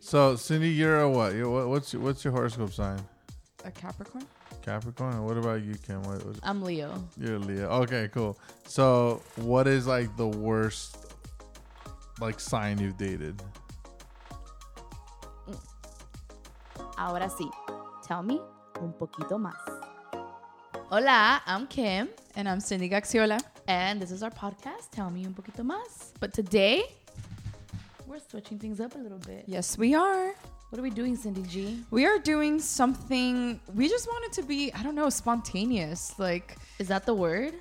So, Cindy, you're a what? You're, what- what's your, what's your horoscope sign? A Capricorn? Capricorn. And What about you, Kim? What, what, I'm Leo. you're a Leo. Okay, cool. So, what is like the worst like sign you've dated? Ahora sí, tell me un poquito más. Hola, I'm Kim, And I'm Cindy Gaxiola. and this is our podcast, Tell Me Un Poquito Más. But today, we're switching things up a little bit. Yes, we are. What are we doing, Cindy G? We are doing something. We just wanted to be, I don't know, spontaneous. Like, Is that the word?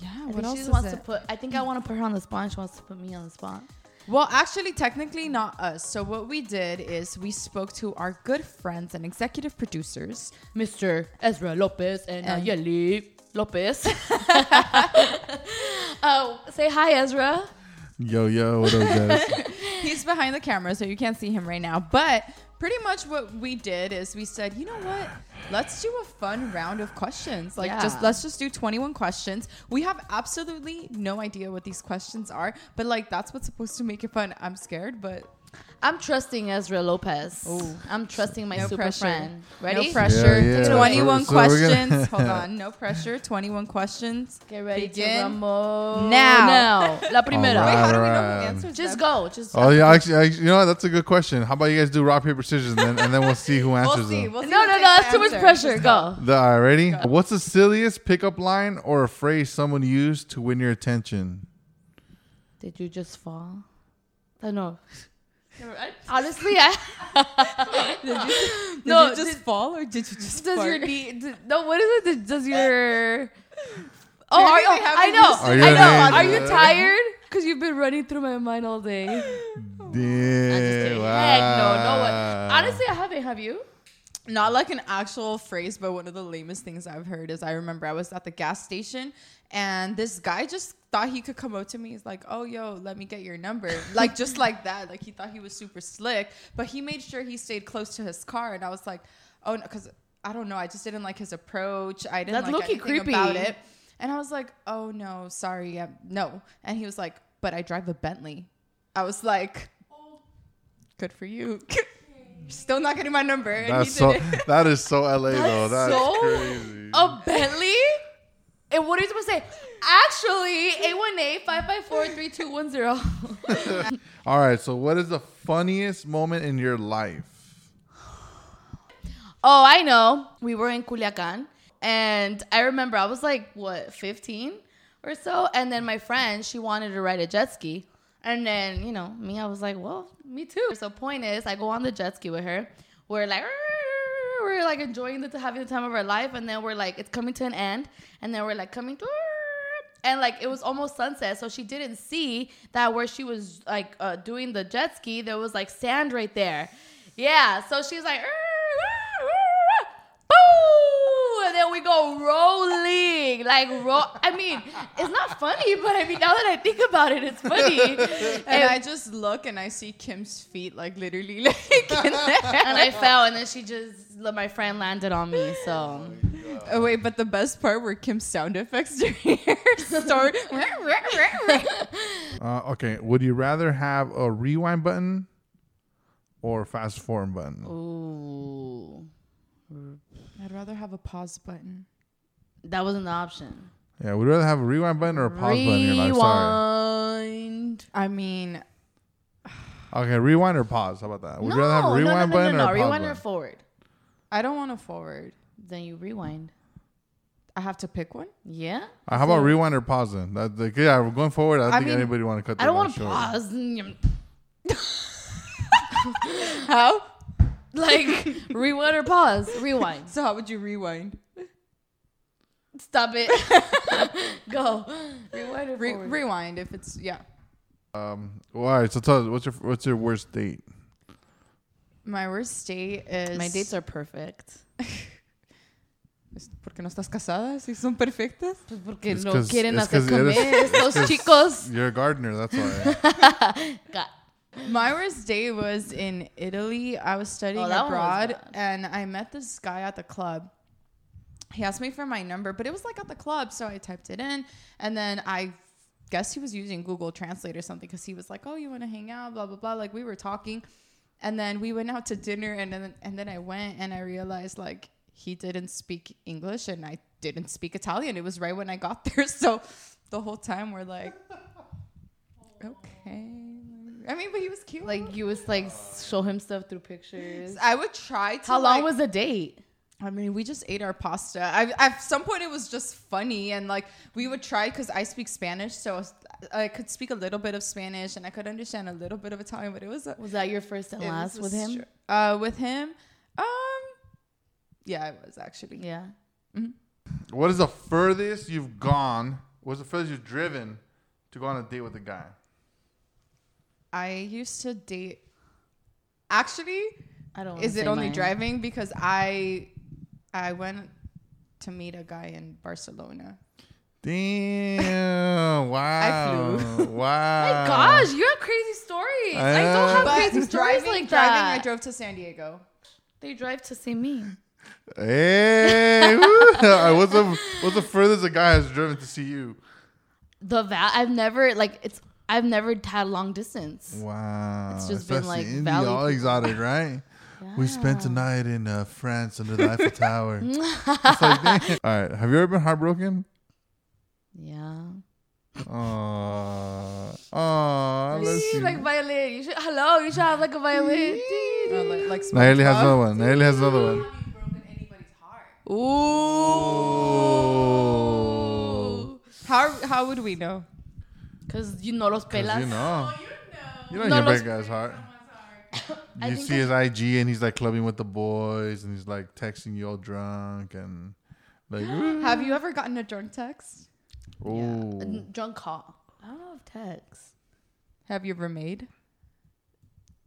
yeah, I what think else she is just wants it? to put. I think I want to put her on the spot. and She wants to put me on the spot. Well, actually, technically not us. So what we did is we spoke to our good friends and executive producers. Mr. Ezra Lopez and And- Nayeli Lopez. Oh, say hi, Ezra. Yo, yo, what up, guys? He's behind the camera, so you can't see him right now. But pretty much what we did is we said, you know what? Let's do a fun round of questions. Like Yeah. just let's just do 21 questions. We have absolutely no idea what these questions are, but like that's what's supposed to make it fun. I'm scared, but I'm trusting Ezra Lopez. Ooh. I'm trusting my No super pressure. friend. Ready? No pressure. Yeah, yeah. 21 So- so we're gonna- questions. Hold on. No pressure. 21 questions. Get ready Begin to rumble now. Now, la primera. All Wait, how do we know who right. answers Just them? go. Just Oh yeah, actually, actually, you know what? That's a good question. How about you guys do rock paper scissors and then, and then we'll see who answers We'll see. them. We'll see no, who no, no. takes That's the too much answer. pressure. Just Go. The, all right, ready? What's the silliest pickup line or a phrase someone used to win your attention? Did you just fall? I know. Honestly, I. Did No, you just did- fall or did you just Does fart? your knee? d no, what is it? that- Does your oh, Maybe are they you, I haven't know, used it. Are you I know. amazed? Are you tired? Because you've been running through my mind all day. Damn. I'm just kidding. Heck no, no one. Honestly, I haven't. Have you? Not like an actual phrase, but one of the lamest things I've heard is I remember I was at the gas station and this guy just thought he could come up to me. He's like, oh, yo, let me get your number. like, just like that. Like, he thought he was super slick, but he made sure he stayed close to his car. And I was like, oh, no, because I don't know. I just didn't like his approach. I didn't That's like low-key anything about creepy. it. And I was like, oh, no, sorry. i no. And he was like, but I drive a Bentley. I was like, good for you. Still not getting my number. And That's he so. did it. That is so LA though. That's That's so crazy. A Bentley? And what are you supposed to say? Actually, 818-554-3210. All right. So, what is the funniest moment in your life? Oh, I know. We were in Culiacan, and I remember I was like, what, 15 or so? And then my friend, she wanted to ride a jet ski. And then, you know, me, I was like, well, me too. So, point is, I go on the jet ski with her. We're like, we're like enjoying the having the time of our life. And then we're like, it's coming to an end. And then we're like, coming to. And like it was almost sunset, so she didn't see that where she was like uh, doing the jet ski, there was like sand right there. Yeah, so she's like, Boo! And then we go rolling, like roll. I mean, it's not funny, but I mean, now that I think about it, it's funny. And, And I I, just look and I see Kim's feet, like literally, like in there. and I fell, and then she just my friend landed on me. So Oh wait, but the best part were Kim's sound effects during her story. Uh, okay. Would you rather have a rewind button or a fast forward button? ooh, I'd rather have a pause button. that wasn't the option. Yeah. Would you rather have a rewind button or a pause button in your life? Sorry. Rewind. I mean, Okay. Rewind or pause? How about that? Would you rather have a no, rewind no, no, no, button no. or a pause rewind or button? forward? I don't want to forward. Then you rewind. I have to pick one. Yeah. Uh, how about rewind or pause then? That, like, yeah, we're going forward. I don't I think mean, anybody want to cut that I don't one want to short. pause. How? Like rewind or pause. Rewind. So how would you rewind? Stop it. Go. Rewind or Re- forward? rewind if it's yeah. Um, well, all right. So tell us, what's your what's your worst date? My worst date is My dates are perfect. Porque no estás casada, si son perfectas. Pues porque It's no 'cause- quieren it's hacer 'cause eres- comer estos chicos. You're a gardener. That's why. God. My worst day was in Italy. I was studying Oh, that one was abroad bad. and I met this guy at the club. He asked me for my number, but it was like at the club, so I typed it in and then I guess he was using Google Translate or something cuz he was like, "Oh, you want to hang out, blah blah blah." Like we were talking And then we went out to dinner, and then and then I went and I realized like he didn't speak English and I didn't speak Italian. It was right when I got there, so the whole time we're like, okay. I mean, but he was cute. Like you was like show him stuff through pictures. I would try to. How long like- was the date? I mean, we just ate our pasta. I, at some point, it was just funny, and like we would try because I speak Spanish, so I could speak a little bit of Spanish and I could understand a little bit of Italian. But it was a, Was that your first and it last was with a him? str- Uh, with him, um, yeah, it was actually. Yeah. What is the furthest you've gone? What's the furthest you've driven to go on a date with a guy? I used to date. Actually, I don't. wanna is it say only mine. driving? Because I, I went to meet a guy in Barcelona. Damn! Wow! I flew. Wow! My gosh, you have crazy stories. I don't Uh, have But crazy stories driving, like driving, I that. drove to San Diego. they drive to see me. Hey! woo. what's the what's the furthest a guy has driven to see you? The val. I've never like it's. I've never had long distance. Wow! It's just been, Especially like, India, valley all people. exotic, right? We spent the night in uh, France under the Eiffel Tower. It's like, damn. All right, have you ever been heartbroken? Yeah. Aww. Aww. Let's See, see. like violin. You should. Hello. You should have like a violin. Oh, like, like Nayeli has SpongeBob. another one. Nayeli has another one. Oh, Ooh. How how would we know? Cause you know los 'Cause pelas. You know. Oh, You know No, your no, big guy's heart. Oh, I You think see his IG and he's like clubbing with the boys and he's like texting you all drunk and like, ooh. Have you ever gotten a drunk text? A ooh. drunk call. I don't know if text. Have you ever made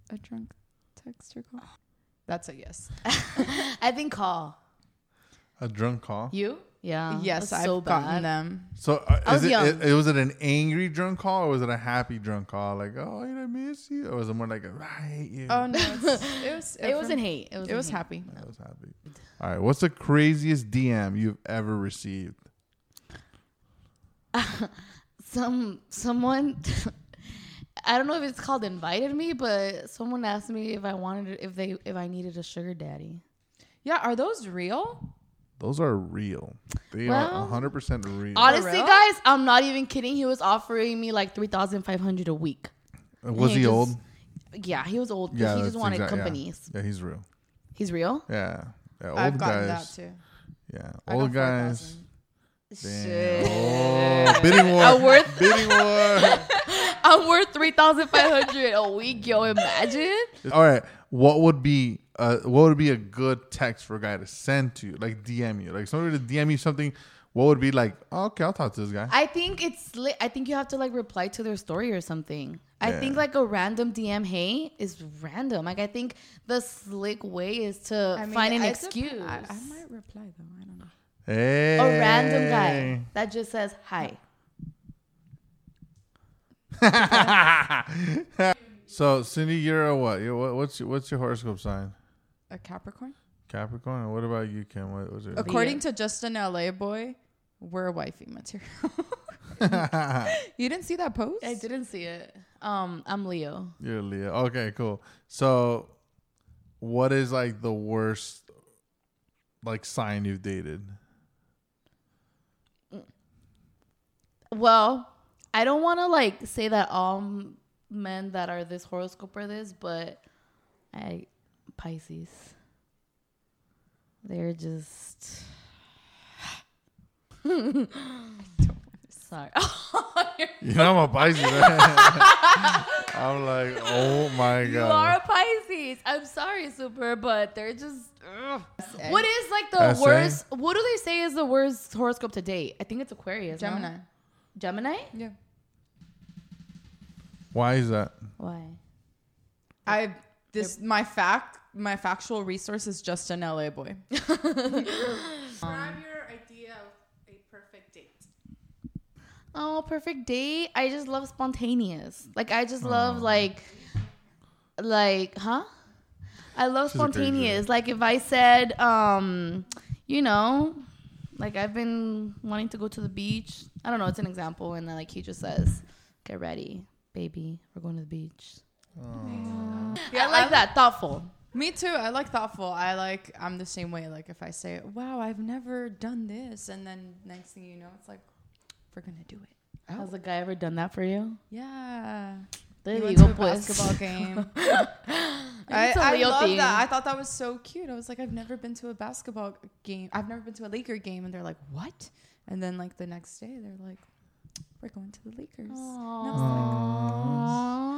a drunk text or call? That's a yes. I think call. a drunk call. You? Yeah. yes, that's I've gotten them. So uh, I is was it, young. it, it- was it an angry drunk call or was it a happy drunk call? Like, oh, I miss you. Or was it more like, I hate you? Oh no, it's, it was It wasn't hate. It was. It was happy. happy. I was happy. All right, what's the craziest DM you've ever received? Some someone. I don't know if it's called invited me, but someone asked me if I wanted if they if I needed a sugar daddy. Yeah, are those real? Those are real. They Well, are 100% real. Honestly, real? guys, I'm not even kidding. He was offering me like three thousand five hundred a week. was he he just- old? Yeah, he was old. 'cause he that's just wanted exact- yeah. companies. Yeah. he's real. He's real. Yeah. Yeah, old I've gotten guys. that too. I Yeah, got old guys. Damn. 4,000. Shit. Oh, bidding war. A worth- bidding war. I'm worth three thousand five hundred a week, yo. Imagine. All right. What would be uh, what would be a good text for a guy to send to you, like DM you, like somebody to DM you something? What would be like? "Oh, okay, I'll talk to this guy. I think it's li- I think you have to like reply to their story or something. I Yeah. think like a random DM hey is random. Like I think the slick way is to I mean, find an it dep- excuse. I, I might reply though. I don't know. Hey. a random guy that just says hi. So Cindy, you're a what? You're what? What's your, what's your horoscope sign? A Capricorn. Capricorn. And what about you, Kim? What was it? According to just an LA boy, we're wifey material. you didn't see that post? I didn't see it. Um, I'm Leo. You're a Leo. Okay, cool. So, what is like the worst like sign you've dated? Well, I don't want to like say that all m- men that are this horoscope are this, but I Pisces. They're just sorry. You know, I'm a Pisces. right? I'm like, oh my you are god. a Pisces. I'm sorry, Super, but they're just. ugh. A. What is like the SA? worst? What do they say is the worst horoscope to date? I think it's Aquarius. no? Gemini. Gemini. Yeah. Why is that? Why? I this my fact my factual resource is just an LA boy. Describe your idea of a perfect date. Oh, perfect date. I just love spontaneous. Like I just love like like huh? I love She's a crazy spontaneous. Like if I said um, you know, like I've been wanting to go to the beach. I don't know, it's an example and then like he just says, "Get ready, baby. We're going to the beach." Oh. I like that. Thoughtful. Me too. I like thoughtful. I like I'm the same way. Like if I say, "Wow, I've never done this," and then next thing you know, it's like we're gonna do it. Has a guy ever done that for you? Yeah. There You you went to go, a pues. basketball game. I, It's a I real love thing. that. I thought that was so cute. I was like, I've never been to a basketball game. I've never been to a Laker game, and they're like, "What?" And then like the next day, they're like, "We're going to the Lakers." And I was like,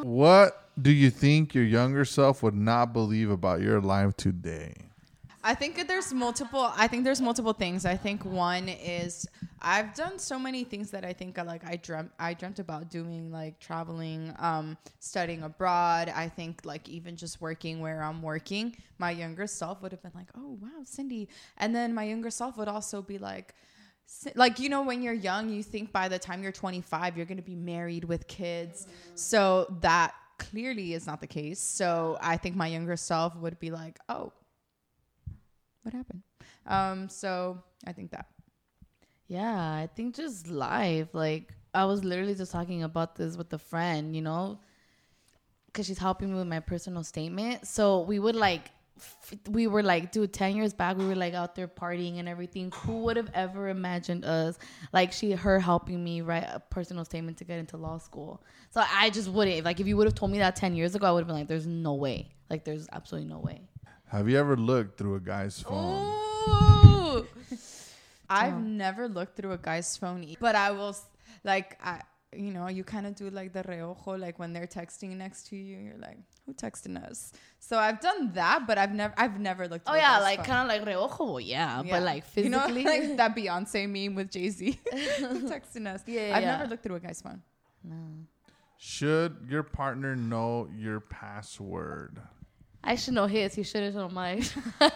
What do you think your younger self would not believe about your life today? I think that there's multiple. I think there's multiple things. I think one is I've done so many things that I think I, like I dreamt I dreamt about doing, like traveling, um, studying abroad. I think like even just working where I'm working, my younger self would have been like, "Oh wow, Cindy," and then my younger self would also be like. "Ci- Like you know, when you're young, you think by the time you're 25, you're gonna be married with kids. So that clearly is not the case. So I think my younger self would be like, "Oh, what happened? Um, so I think that. Yeah, I think just life. Like I was literally just talking about this with a friend, you know, because she's helping me with my personal statement. So we would like, f- we were like, dude, ten years back, we were like out there partying and everything. Who would have ever imagined us? Like she, her helping me write a personal statement to get into law school. So I just wouldn't. Like if you would have told me that ten years ago, I would have been like, there's no way. Like there's absolutely no way. Have you ever looked through a guy's Oh. phone? Ooh. I've Oh. never looked through a guy's phone, e- but I will, s- like, I, you know, you kind of do like the reojo, like when they're texting next to you, you're like, who texting us? So I've done that, but I've never, I've never looked. Oh through a yeah, guy's like phone. kind of like reojo, yeah, Yeah. but like You know, physically. like that Beyonce meme with Jay Z texting us. Yeah, I've yeah. never looked through a guy's phone. Should your partner know your password? I should know his. He should have known mine.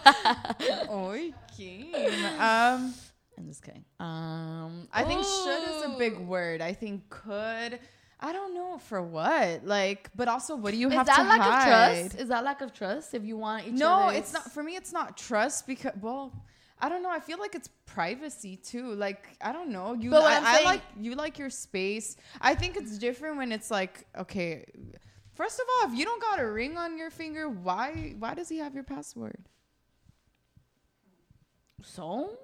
Okay. Um, I'm just kidding. Um, I think should is a big ooh. word. I think could. I don't know for what. Like, but also, what do you have is that to lack hide? of trust? Is that lack of trust? If you want each No, other's- it's not for me. It's not trust because well, I don't know. I feel like it's privacy too. Like I don't know. You, But what I, I'm I saying- like you like your space. I think it's different when it's like okay. First of all, if you don't got a ring on your finger, why why does he have your password? so.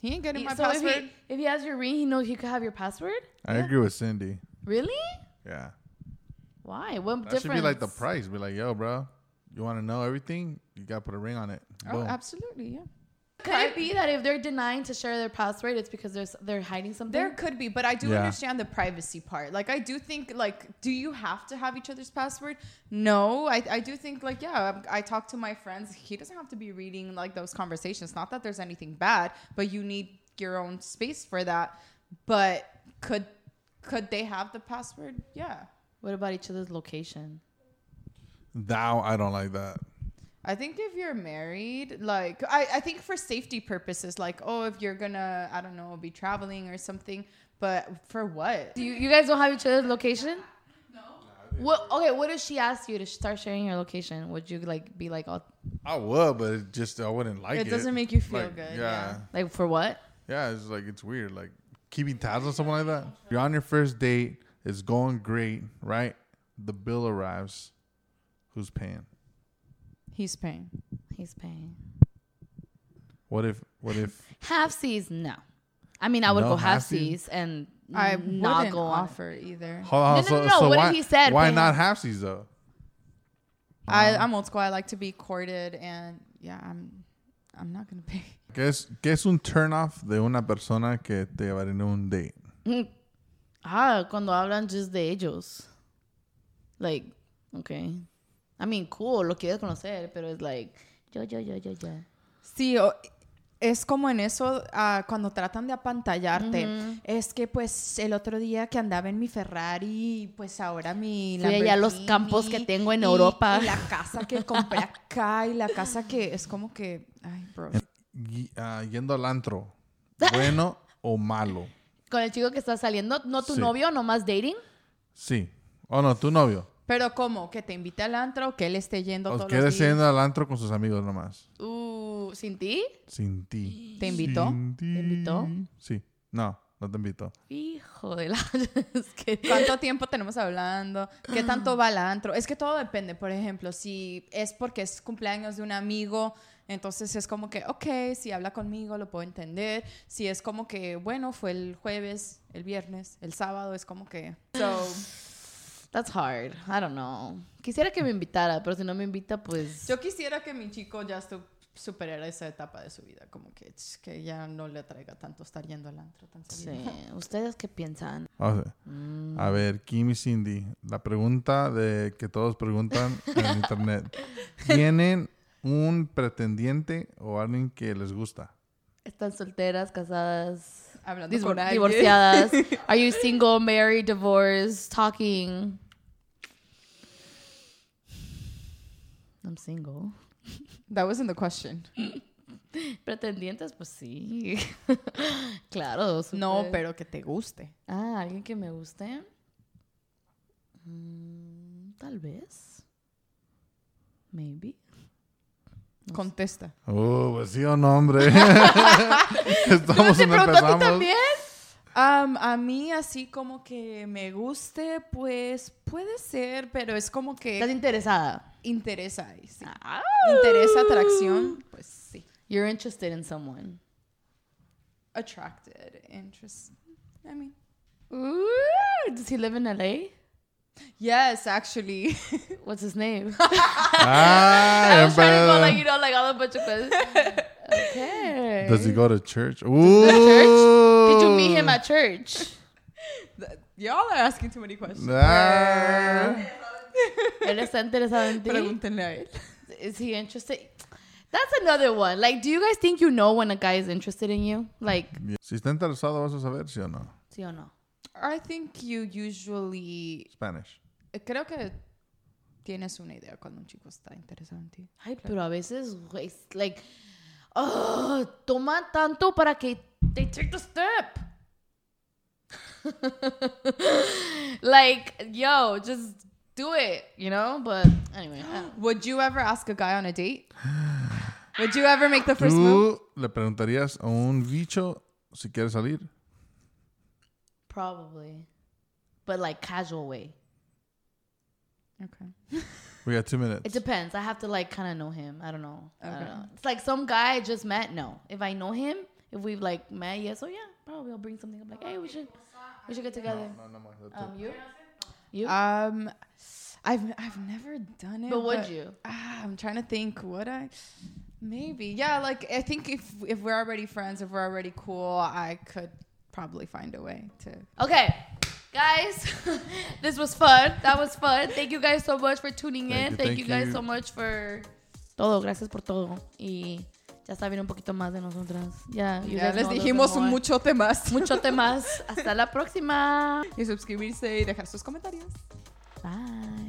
He ain't getting He- my so password. if he if he has your ring, he knows he could have your password. I agree with Cindy. Really? Yeah. Why? What That difference? should be like the price. Be like, yo, bro, you want to know everything? You got to put a ring on it. oh, Boom. absolutely, yeah. Could it be that if they're denying to share their password, it's because they're they're hiding something? There could be, but I do Yeah. understand the privacy part. Like, I do think, like, do you have to have each other's password? No, I, I do think, like, yeah, um, I, I talk to my friends. He doesn't have to be reading, like, those conversations. Not that there's anything bad, but you need your own space for that. But could could they have the password? Yeah. what about each other's location? Thou, I don't like that. I think if you're married, like I, I think for safety purposes, like oh, if you're gonna, I don't know, be traveling or something, but for what? Do you, you guys don't have each other's location? No. What? Okay. What if she asked you to start sharing your location? Would you like be like, oh, I would, but it just I wouldn't like it. It doesn't make you feel Like, good, Yeah. yeah. like for what? Yeah, it's like it's weird. Like keeping tabs on someone like that. You're on your first date. It's going great, right? The bill arrives. Who's paying? He's paying. He's paying. What if? What if? Half C's, no. I mean, I would No go half halfsies? C's and I Mm, not wouldn't go on. offer either. Hold on. No, so, no, no, no, so what if why, he said why pay not him? halfsies though? I, I'm old school. I like to be courted, and yeah, I'm I'm not gonna pay. ¿Qué es, ¿Qué es un turn off de una persona que te llevará en un date? Mm. Ah, cuando hablan just de ellos. Like, okay. I mean, cool, lo quieres conocer, pero es like, yo, yo, yo, yo, yo. Sí, o- es como en eso ah, cuando tratan de apantallarte. Es que pues el otro día que andaba en mi Ferrari, pues ahora mi Fui allá a los Lamborghini campos que tengo en y- Europa. Y la casa que compré acá y la casa que es como que, ay, bro. Eh. Y- ah, yendo al antro, ¿bueno o malo? Con el chico que está saliendo, no tu Sí. novio, nomás dating. Sí. O no, tu novio. Pero cómo, que te invite al antro, Pues que él esté yendo ¿O todos los quieres días. yendo al antro con sus amigos nomás? Uh, sin ti. Sin ti. ¿Te invitó? Sin ti. ¿Te invitó? Sí. No, No te invito. Hijo de la. Just kidding. ¿Cuánto tiempo tenemos hablando? ¿Qué tanto va al antro? Es que todo depende. Por ejemplo, si es porque es cumpleaños de un amigo, entonces es como que, ok, si habla conmigo lo puedo entender. Si es como que, bueno, fue el jueves, el viernes, el sábado, es como que. So, That's hard. I don't know. Quisiera que me invitara, pero si no me invita, pues. yo quisiera que mi chico ya estu- superara esa etapa de su vida, como que, ch, que ya no le atraiga tanto estar yendo al antro tan seguido. Sí. ¿Ustedes qué piensan? Vamos a- Mm. A ver, Kim y Cindy, la pregunta de que todos preguntan en internet. ¿Tienen un pretendiente o alguien que les gusta? ¿Están solteras, casadas? Hablando Disvor- con alguien. divorciadas. Are you single, married, divorced, talking? I'm single. That wasn't the question. Pretendientes, pues sí. claro. No, súper. pero que te guste. Ah, alguien que me guste. Mm, tal vez. Maybe. Contesta. Oh, pues sí o no, hombre. Estamos donde ¿Te preguntó a ti empezamos. también? Am, a mí así como que me guste, pues puede ser, pero es como ¿Estás que interesada? interesa. ahí, sí. Ah. Interesa, atracción, pues sí. You're interested in someone. Attracted, interest. I mean, Uh. Ooh, does he live in LA? yes, actually. What's his name? Ah, I was trying to go like empezó. you know like all a bunch of questions. Okay. Does he go to church? Did Did you meet him at church? Th- Y'all are asking too many questions. Ah. Él está interesado en ti. Pregúntenle a él. Is he interested? That's another one. Like, do you guys think you know when a guy is interested in you? Like, Si está interesado, vas a saber, sí o no. sí o no? I think you usually Spanish. creo que tienes una idea cuando un chico está interesado en ti. Ay, pero a veces, güey, es like, oh, toma tanto para que they take the step. like, yo, just do it, you know? But anyway, I- Would you ever ask a guy on a date? Would you ever make the first move? ¿Tú le preguntarías a un bicho si quiere salir? probably. But like casual way. Okay. We got two minutes. It depends. I have to like kind of know him. I don't know. I Okay. don't know. It's like some guy I just met. No, if I know him, if we've like met, yes, oh yeah, probably I'll bring something up. Like, hey, we should, we should get together. No, no más. Um, you, you. Um, I've I've never done it. but would you? Ah, I'm trying to think. Would I? Maybe. Yeah. Like I think if if we're already friends, if we're already cool, I could probably find a way to. Okay, guys, this was fun. That was fun. Thank you guys so much for tuning Thank in. you, thank, thank you guys you. so much for todo. Gracias por todo. Y ya saben un poquito más de nosotras. Ya, you Ya les guys know a little dijimos bit more. mucho temas. mucho temas. Hasta la próxima. Y suscribirse y dejar sus comentarios. Bye.